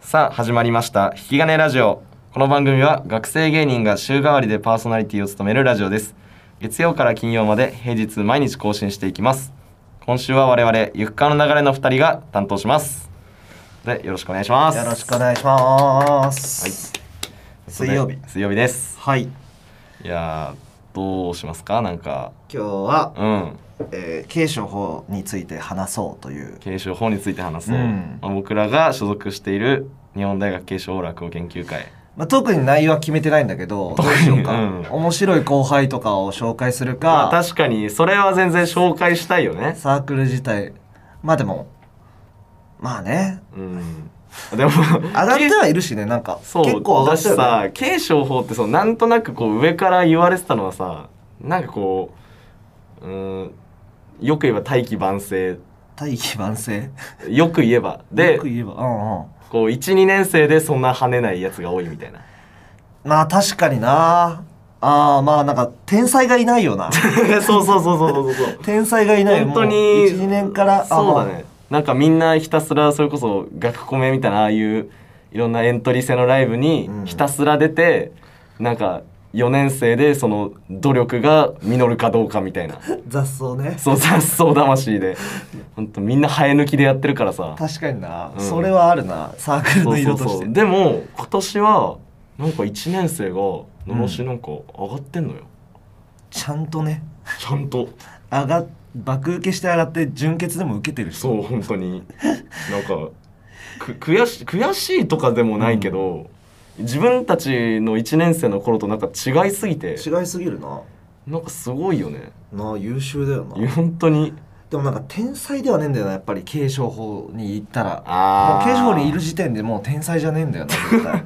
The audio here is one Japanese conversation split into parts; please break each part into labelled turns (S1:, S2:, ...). S1: さあ始まりました引き金ラジオこの番組は学生芸人が週替わりでパーソナリティを務めるラジオです月曜から金曜まで平日毎日更新していきます今週は我々ゆっかの流れの2人が担当しますでよろしくお願いします
S2: よろしくお願いしま
S1: は
S2: す。
S1: い
S2: 水曜日。
S1: 水曜日です
S2: はい。今
S1: いやーどうしますかなんか
S2: 日は、
S1: うん
S2: えー、継承法について話そうという。
S1: 継承法について話そう、
S2: うん
S1: まあ僕らが所属している日本大学継承落語研究会
S2: まあ、特に内容は決めてないんだけど、どうしようか。
S1: うん
S2: 面白い後輩とかを紹介する
S1: ま
S2: か、
S1: あ確かにそれは全然紹介したいよね
S2: サークル自体、まあでも、まあね、
S1: うんでも
S2: 上がってはいるしね、なんか、
S1: そう
S2: 結構上が
S1: だ
S2: っ
S1: して
S2: はいる
S1: さ継承法ってそうなんとなくこう上から言われてたのはさなんかこううんよく言えば大器晩成
S2: 大器晩成。
S1: よく言えば
S2: よ
S1: で
S2: く言えば、うんうん。
S1: こう12年生でそんな跳ねないやつが多いみたい な
S2: まあ確かにな。ああ、まあなんか、天才がいない よな。
S1: そうそうそうそうそうそう
S2: 天才がいない。
S1: 本当に
S2: 1、2年から、あ
S1: そうだねなんかみんなひたすらそれこそ学コメみたいなああいういろんなエントリー制のライブに
S2: うん
S1: ひたすら出て、なんか4年生でその努力が実るかどうかみたいな
S2: 雑草ね
S1: そう雑草魂で本当みんな生え抜きでやってるから さ
S2: 確かにな、
S1: うん
S2: それはあるなサークル
S1: そ
S2: の
S1: うそ
S2: 色
S1: う
S2: と
S1: そ
S2: し
S1: う
S2: て
S1: でも今年はなんか1年生がのろしなんか上がってんのよ、
S2: ちゃんとね
S1: ちゃんと
S2: 上がっ爆受けして上がって純潔でも受けてるし
S1: そう本当になんかく悔し悔しいとかでもないけど、自分たちの1年生の頃となんか違いすぎて
S2: 違いすぎるな
S1: なんかすごいよね
S2: なあ優秀だよない
S1: や本当に
S2: でもなんか天才ではねえんだよなやっぱり継承法に行ったらも
S1: あ
S2: う
S1: ー
S2: 継承法にいる時点でもう天才じゃねえんだよな 絶対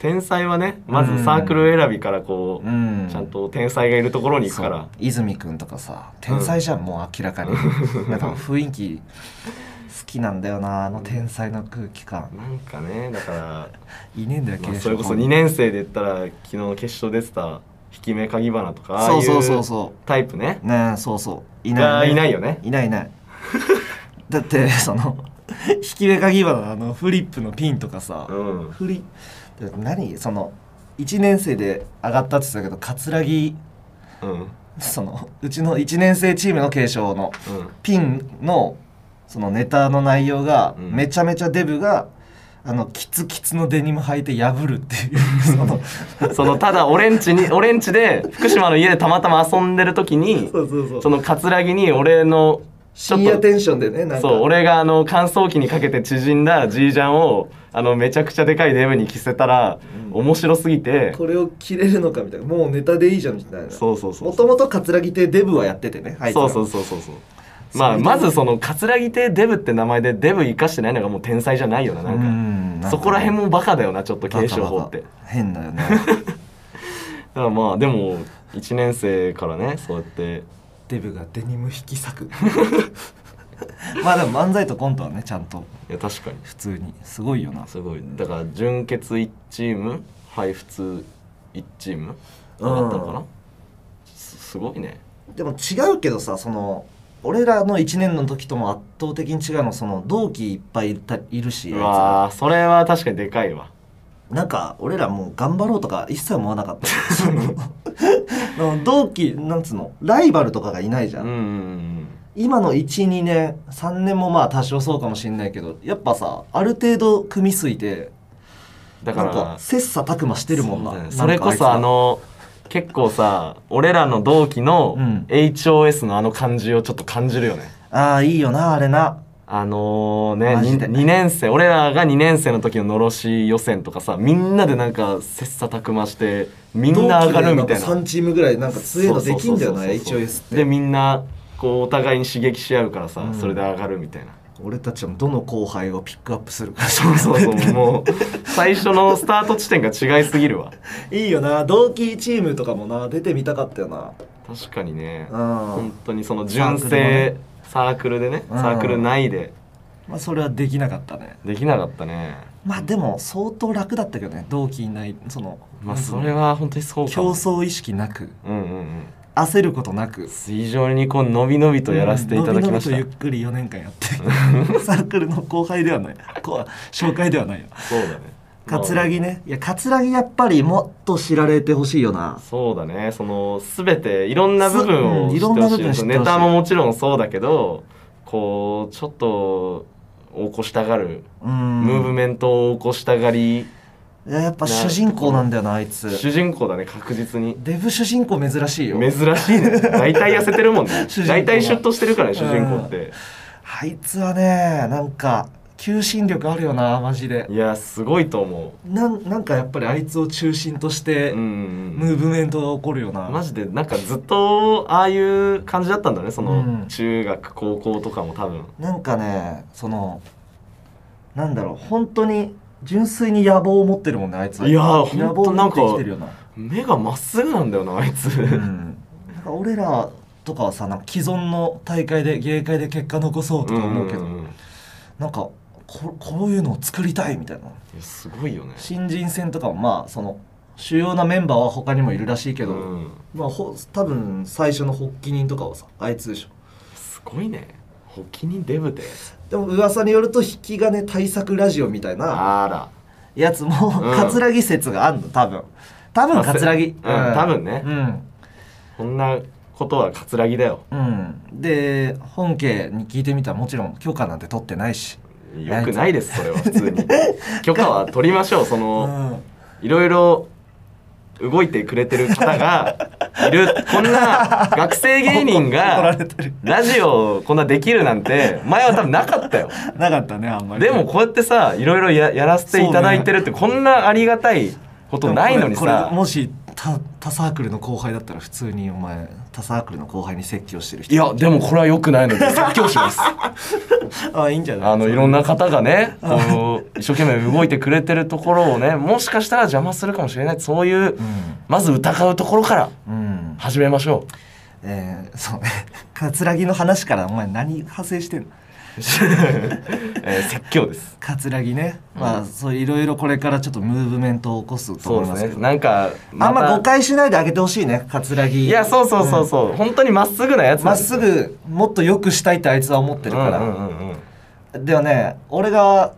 S1: 天才はねまずサークル選びからこう、
S2: うん
S1: ちゃんと天才がいるところに行くから
S2: そう泉くんとかさ天才じゃん、もう明らか になんか雰囲気好きなんだよなあの天才の空気感
S1: なんかねだ から、
S2: いねえんだよ
S1: ま
S2: 継
S1: あ
S2: 承法
S1: それこそ2年生で言ったら昨日の決勝出てた引き目鍵花とかああいう
S2: そうそうそうそう
S1: タイプね
S2: ねえそうそうい
S1: が
S2: ない、
S1: いないよね
S2: いないい ないだってその引き目鍵はあのフリップのピンとかさ、
S1: うん
S2: フリだって何その1年生で上がったって言ってたけど葛城
S1: うんうん
S2: そのうちの1年生チームの継承のピンのそのネタの内容が、
S1: うん
S2: めちゃめちゃデブがあのキツキツのデニム履いて破るっていうその
S1: そのただ俺んちに俺んちで福島の家でたまたま遊んでる時に
S2: う そうそ
S1: その葛城に俺のちょ
S2: 深夜
S1: っ
S2: テンションでねなん
S1: と
S2: か
S1: そう俺があの乾燥機にかけて縮んだじいジャンをあのめちゃくちゃでかいデブに着せたら
S2: うん
S1: 面白すぎて
S2: これを切れるのかみたいなもうネタでいいじゃんみたいな
S1: そうそうそう
S2: もともと葛城亭デブはやっててねあいつ
S1: そ
S2: ら
S1: うそうそうそうそうまあまずその葛城亭デブって名前でデブ生かしてないのがもう天才じゃないよな
S2: う
S1: なん
S2: ん
S1: かそこら辺もバカだよなちょっと
S2: バカバ
S1: 継
S2: カ
S1: 承法ってだか
S2: 変だよ ね
S1: らまあでも1年生からねそうやって
S2: デブがデニム引き裂く まあでも漫才とコントはねちゃんと
S1: いや確かに
S2: 普通にすごいよな
S1: すごいだから純潔1チーム配布通1チーム
S2: うん
S1: だったのかなすすごいね
S2: でも違うけどさその俺らの1年の時とも圧倒的に違うのはその同期いっぱいいたいるし
S1: うわーそれは確かにでかいわ
S2: なんか俺らもう頑張ろうとか一切思わなかった そのの同期なんつうのライバルとかがいないじ
S1: う
S2: ゃ
S1: ん
S2: ん、
S1: うんうん
S2: 今の12年3年もまあ多少そうかもしんないけどやっぱさある程度組みすぎて
S1: だから
S2: なんか切磋琢磨してるもんな
S1: そうだね
S2: なんか
S1: それこそあの結構さ俺らの同期の
S2: うん
S1: HOS のあの感じをちょっと感じるよね
S2: いつらああいいよなあれな
S1: あのね
S2: マジで
S1: 2, 年生俺らが2年生の時ののろし予選とかさみんなでなんか切磋琢磨してみんな上がるみたいな
S2: 3チームぐらいなんか強いのできんだよな
S1: そうそうそうそう
S2: HOS って
S1: でみんなこうお互いに刺激し合うからさ、
S2: うん
S1: それで上がるみたいな
S2: 俺たちもどの後輩をピックアップするか
S1: そうそうそうもう最初のスタート地点が違いすぎるわ
S2: いいよな同期チームとかもな出てみたかったよな
S1: 確かにね
S2: うん
S1: 本当にその純
S2: サークルもね
S1: 正サークルでね
S2: う
S1: サ
S2: ん
S1: ークル内で
S2: まあそれはできなかったね
S1: できなかったね
S2: まあでも相当楽だったけどね同期いないその
S1: まあそれは本当にそうか
S2: 競
S1: も
S2: 争意識なく
S1: うんうんうん
S2: 焦ることなく
S1: 非常にこうのびのびとやらせていただきまし
S2: うん
S1: た、
S2: のびのびとゆっくり4年間やって サークルの後輩ではないこう紹介ではないよ
S1: そうだね
S2: 葛城ねいや葛城やっぱりもっと知られてほしいよな
S1: そうだねその全ていろんな部分を
S2: そううん
S1: 知
S2: い
S1: って
S2: ろんな
S1: ほし
S2: 部
S1: い,、
S2: 分知ってほしい
S1: ネタももちろんそうだけどこうちょっと起こしたがる、
S2: うん
S1: ムーブメントを起こしたがり
S2: いややっぱ主人公なんだよなあいつ
S1: 主人公だね確実に
S2: デブ主人公珍しいよ
S1: 珍しい ね大体痩せてるもんね
S2: 主人公は
S1: 大体シュッとしてるからね主人公って
S2: あいつはねなんか求心力あるよなマジで
S1: いやすごいと思
S2: なんなんかやっぱりあいつを中心として、
S1: ううんうんうん
S2: ムーブメントが起こるよな
S1: マジでなんかずっとああいう感じだったんだねその、
S2: うん
S1: 中学高校とかも多分
S2: なんかねそのなんだろう本当に純粋に野望を持ってるもんねあいつ
S1: いやー
S2: 野
S1: ほんと
S2: 望を
S1: な
S2: 持
S1: ん
S2: っ
S1: か
S2: て生きてるよ な
S1: 目がまっすぐなんだよなあいつ、
S2: うんなんか俺らとかはさなんか既存の大会で芸会で結果残そうとか思うけど、
S1: んんんい
S2: なんかここういうのを作りたいみたいな
S1: やすごいよね
S2: 新人戦とかもまあその主要なメンバーは他にもいるらしいけど、
S1: うん
S2: まあほ多分最初の発起人とかはさあいつでしょ
S1: すごいね発起人デブで
S2: でも噂によると引き金対策ラジオみたいな
S1: あら
S2: やつも、
S1: うん
S2: 葛城説があんの多分多分葛城
S1: うん多分ね
S2: うん
S1: こんなことは葛城だよ
S2: うんで本家に聞いてみたらもちろん許可なんて取ってないし、
S1: よくないですそれは普通に許可は取りましょうそうの、
S2: ん、
S1: いろいろ動いてくれてる方がいるこんな学生芸人
S2: 怒ら
S1: が
S2: れてる
S1: ラジオこんなできるなんて前は多分なか ったよ
S2: なかったねあんまり
S1: でもこうやってさいろいろややらせていただいてるってこんなありがたいことないのに
S2: でもこれこれ
S1: さ
S2: もし他他サークルの後輩だったら普通にお前他サークルの後輩に説教してる人
S1: いやでもこれは良くないので説教し ます
S2: あいいんじゃない
S1: あのいろんな方がねこう一生懸命動いてくれてるところをねもしかしたら邪魔するかもしれないそういうまず疑うところから
S2: うん、うん、
S1: 始めましょう
S2: えー、そうね 葛城の話からお前何派生してんの
S1: えー説教です
S2: 葛城ね、まあそういろいろこれからちょっとムーブメントを起こすと
S1: そう
S2: 思
S1: で
S2: いますすけ
S1: ね
S2: ど
S1: なんか
S2: あん
S1: た
S2: ま誤解しないであげてほしいね葛城
S1: いやそうそうそうそう、本当にまっすぐなやつ
S2: ま
S1: なん
S2: っ
S1: です
S2: す
S1: よ
S2: ぐもっと良くしたいってあいつは思ってるから、
S1: うんうんうんうん
S2: ではね俺が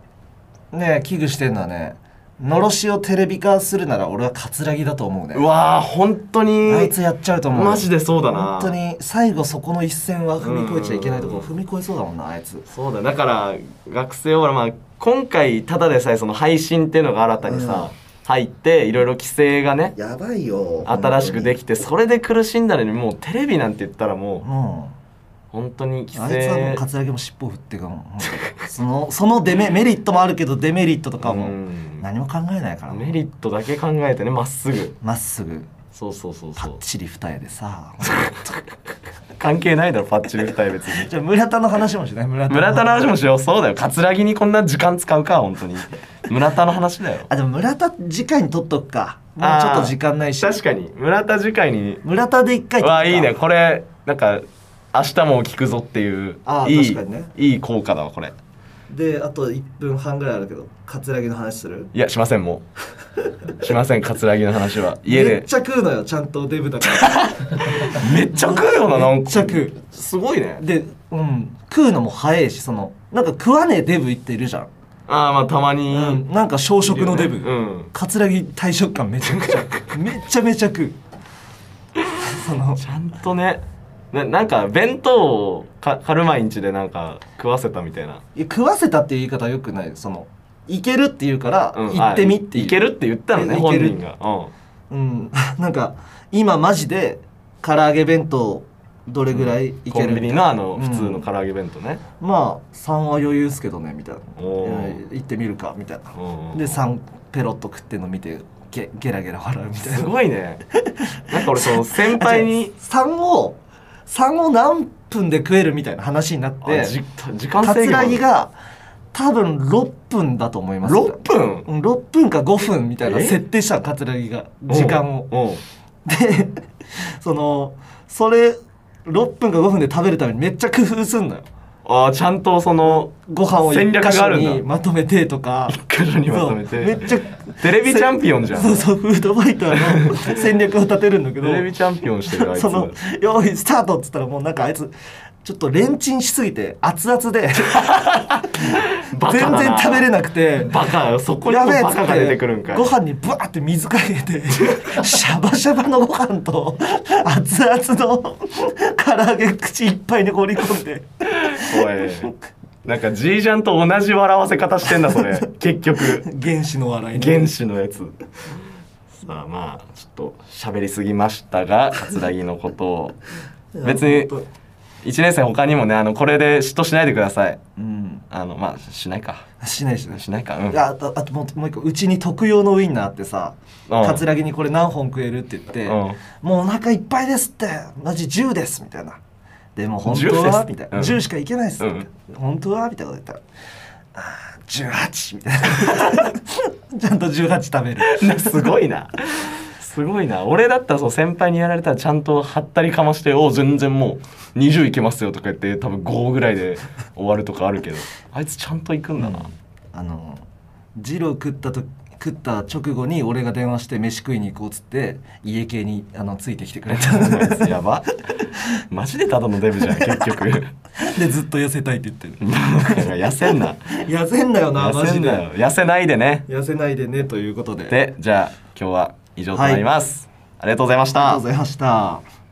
S2: ね危惧してるのはねのろしをテレビ化するなら俺は葛城だと思うね
S1: うわー本当に
S2: あいつやっちゃうと思う
S1: マジでそうだな
S2: 本当に最後そこの一線は踏み越えちゃいけないところ
S1: うん
S2: 踏み越えそうだもんなあいつ
S1: そうだだから学生はまあ今回ただでさえその配信っていうのが新たにさ、入っていろいろ規制がね
S2: やばいよ
S1: 新しくで
S2: き
S1: きてそれで苦しんだのにもうテレビなんて言ったら
S2: う
S1: もうん本当に規
S2: あいつはもう
S1: 制
S2: カツラギも尻尾振ってかもうその そのデメメリットもあるけどデメリットとか
S1: う
S2: も
S1: ん
S2: 何も考えないから
S1: メリットだけ考えてねまっすぐ
S2: まっすぐ
S1: そうそうそう
S2: パ
S1: そ
S2: ッ
S1: う
S2: チリ二重でさ
S1: 関係ないだろパッチリ二重別に
S2: じゃあ村田の話もしない村 田
S1: 村田の話もしようそうだよ葛城にこんな時間使うか本当に村田の話だよ
S2: あで も村田次回に撮っとくかもうちょっと時間ないし
S1: 確かに村田次回に
S2: 村田で一回撮っとくか
S1: わあいいねこれなんか明日も聞くぞっていう
S2: あー
S1: いい
S2: 確かにね
S1: いい効果だわこれ
S2: であと1分半ぐらいあるけどカツラギの話する
S1: いやしませんもう しません葛城の話は家
S2: め
S1: で
S2: っちゃ食うのよちゃんとデブだか
S1: めっちゃ食うよななんか
S2: めっちゃ食う
S1: すごいね
S2: ら でうん食うのも早いしそのなんか食わねえデブっているじゃん、
S1: ああまあたまに、
S2: うん、なんか小食のデブ、
S1: いるよねうん
S2: カツラギ退職感めちゃ くちゃめちゃめちゃ食うその
S1: ちゃんとねななんか弁当をかカルマインチでなんか食わせたみたいない
S2: や食わせたっていう言い方はよくないそのいけるって言うから、
S1: うん
S2: 行ってみって
S1: あ
S2: い
S1: い
S2: う
S1: けるって言ったのね
S2: い
S1: 本
S2: ける
S1: 人がうん
S2: うん、 なんか今マジで唐揚げ弁当どれぐらいいける
S1: コンビニのあの
S2: うん
S1: 普通の唐揚げ弁当ね、
S2: まあ3は余裕っすけどねみたいな
S1: おー
S2: いや行ってみるかみたいな
S1: うんうん
S2: で3ペロッと食ってんの見てゲゲラゲラ笑うみたいな
S1: すごいねなんか俺その先輩に
S2: 3を3を何分で食えるみたいな話になっ
S1: あ
S2: て
S1: じ時間制限
S2: 桂木が多分6分だと思います
S1: 6分
S2: うん6分か5分みたいな
S1: え
S2: 設定したの桂木が時間を
S1: を
S2: で そのそれ6分か5分で食べるためにめっちゃ工夫すんのよ
S1: ああちゃんとその
S2: ご飯を
S1: 戦
S2: 一
S1: 略
S2: 箇
S1: があ
S2: 所
S1: るんだ
S2: にまとめてとか
S1: 一箇所にまとめ
S2: そうめ
S1: て
S2: っちゃ
S1: テレビチャンピオンじゃん
S2: そうそうフードファイターの 戦略を立てるんだけ
S1: テ
S2: ど
S1: レビチャンピオンしてるあいつ
S2: その「用意スタート」っつったらもうなんかあいつちょっとレンチンしすぎて熱々で
S1: バカだ
S2: 全
S1: な
S2: 然食べれなくて
S1: バカそこに
S2: や
S1: も
S2: べえっ
S1: バ
S2: つ
S1: カ
S2: っ
S1: が出てくるん
S2: て
S1: かい
S2: ご飯にブワーって水かけて シャバシャバのご飯と 熱々の 唐揚げ口いっぱいに放り込んで
S1: おいなんかジージャンと同じ笑わせ方してんだそ れ結局
S2: 原始の笑いで
S1: 原始のやつさあまあちょっと喋りすぎましたが葛城のことを別に1年生他にもねあのこれで嫉妬しないでください
S2: うん
S1: あのまあしないか
S2: しないしない
S1: しないかうん
S2: ああとあともうもう一個うちに特用のウインナーってさ
S1: うん
S2: 桂木にこれ何本食えるって言って、
S1: う
S2: もうお腹いっぱいですってマジ10ですみたいなでも本当
S1: 10ですっ
S2: は
S1: て
S2: みたい
S1: うん
S2: な10しかいけないです、
S1: うん
S2: 本当はみたいなこと言ったらあー18みたいな ちゃんと18食べる
S1: な すごいなすごいな俺だったらそう先輩にやられたらちゃんとはったりかまして「おう全然もう20いけますよ」とか言って多分5ぐらいで終わるとかあるけどあいつちゃんと行くんだな、
S2: あのジロー食ったと食った直後に俺が電話して飯食いに行こうっつって家系にあのついてきてくれた
S1: やばマジでただのデブじゃん結局
S2: でずっと痩せたいって言ってる
S1: 痩せんな
S2: 痩せんだよなマ
S1: 痩せ
S2: ジ
S1: ん
S2: で
S1: なよ痩せないでね
S2: 痩せないでねということで
S1: でじゃあ今日は以上となります、ありがとうございまし
S2: ありが
S1: た
S2: とうございました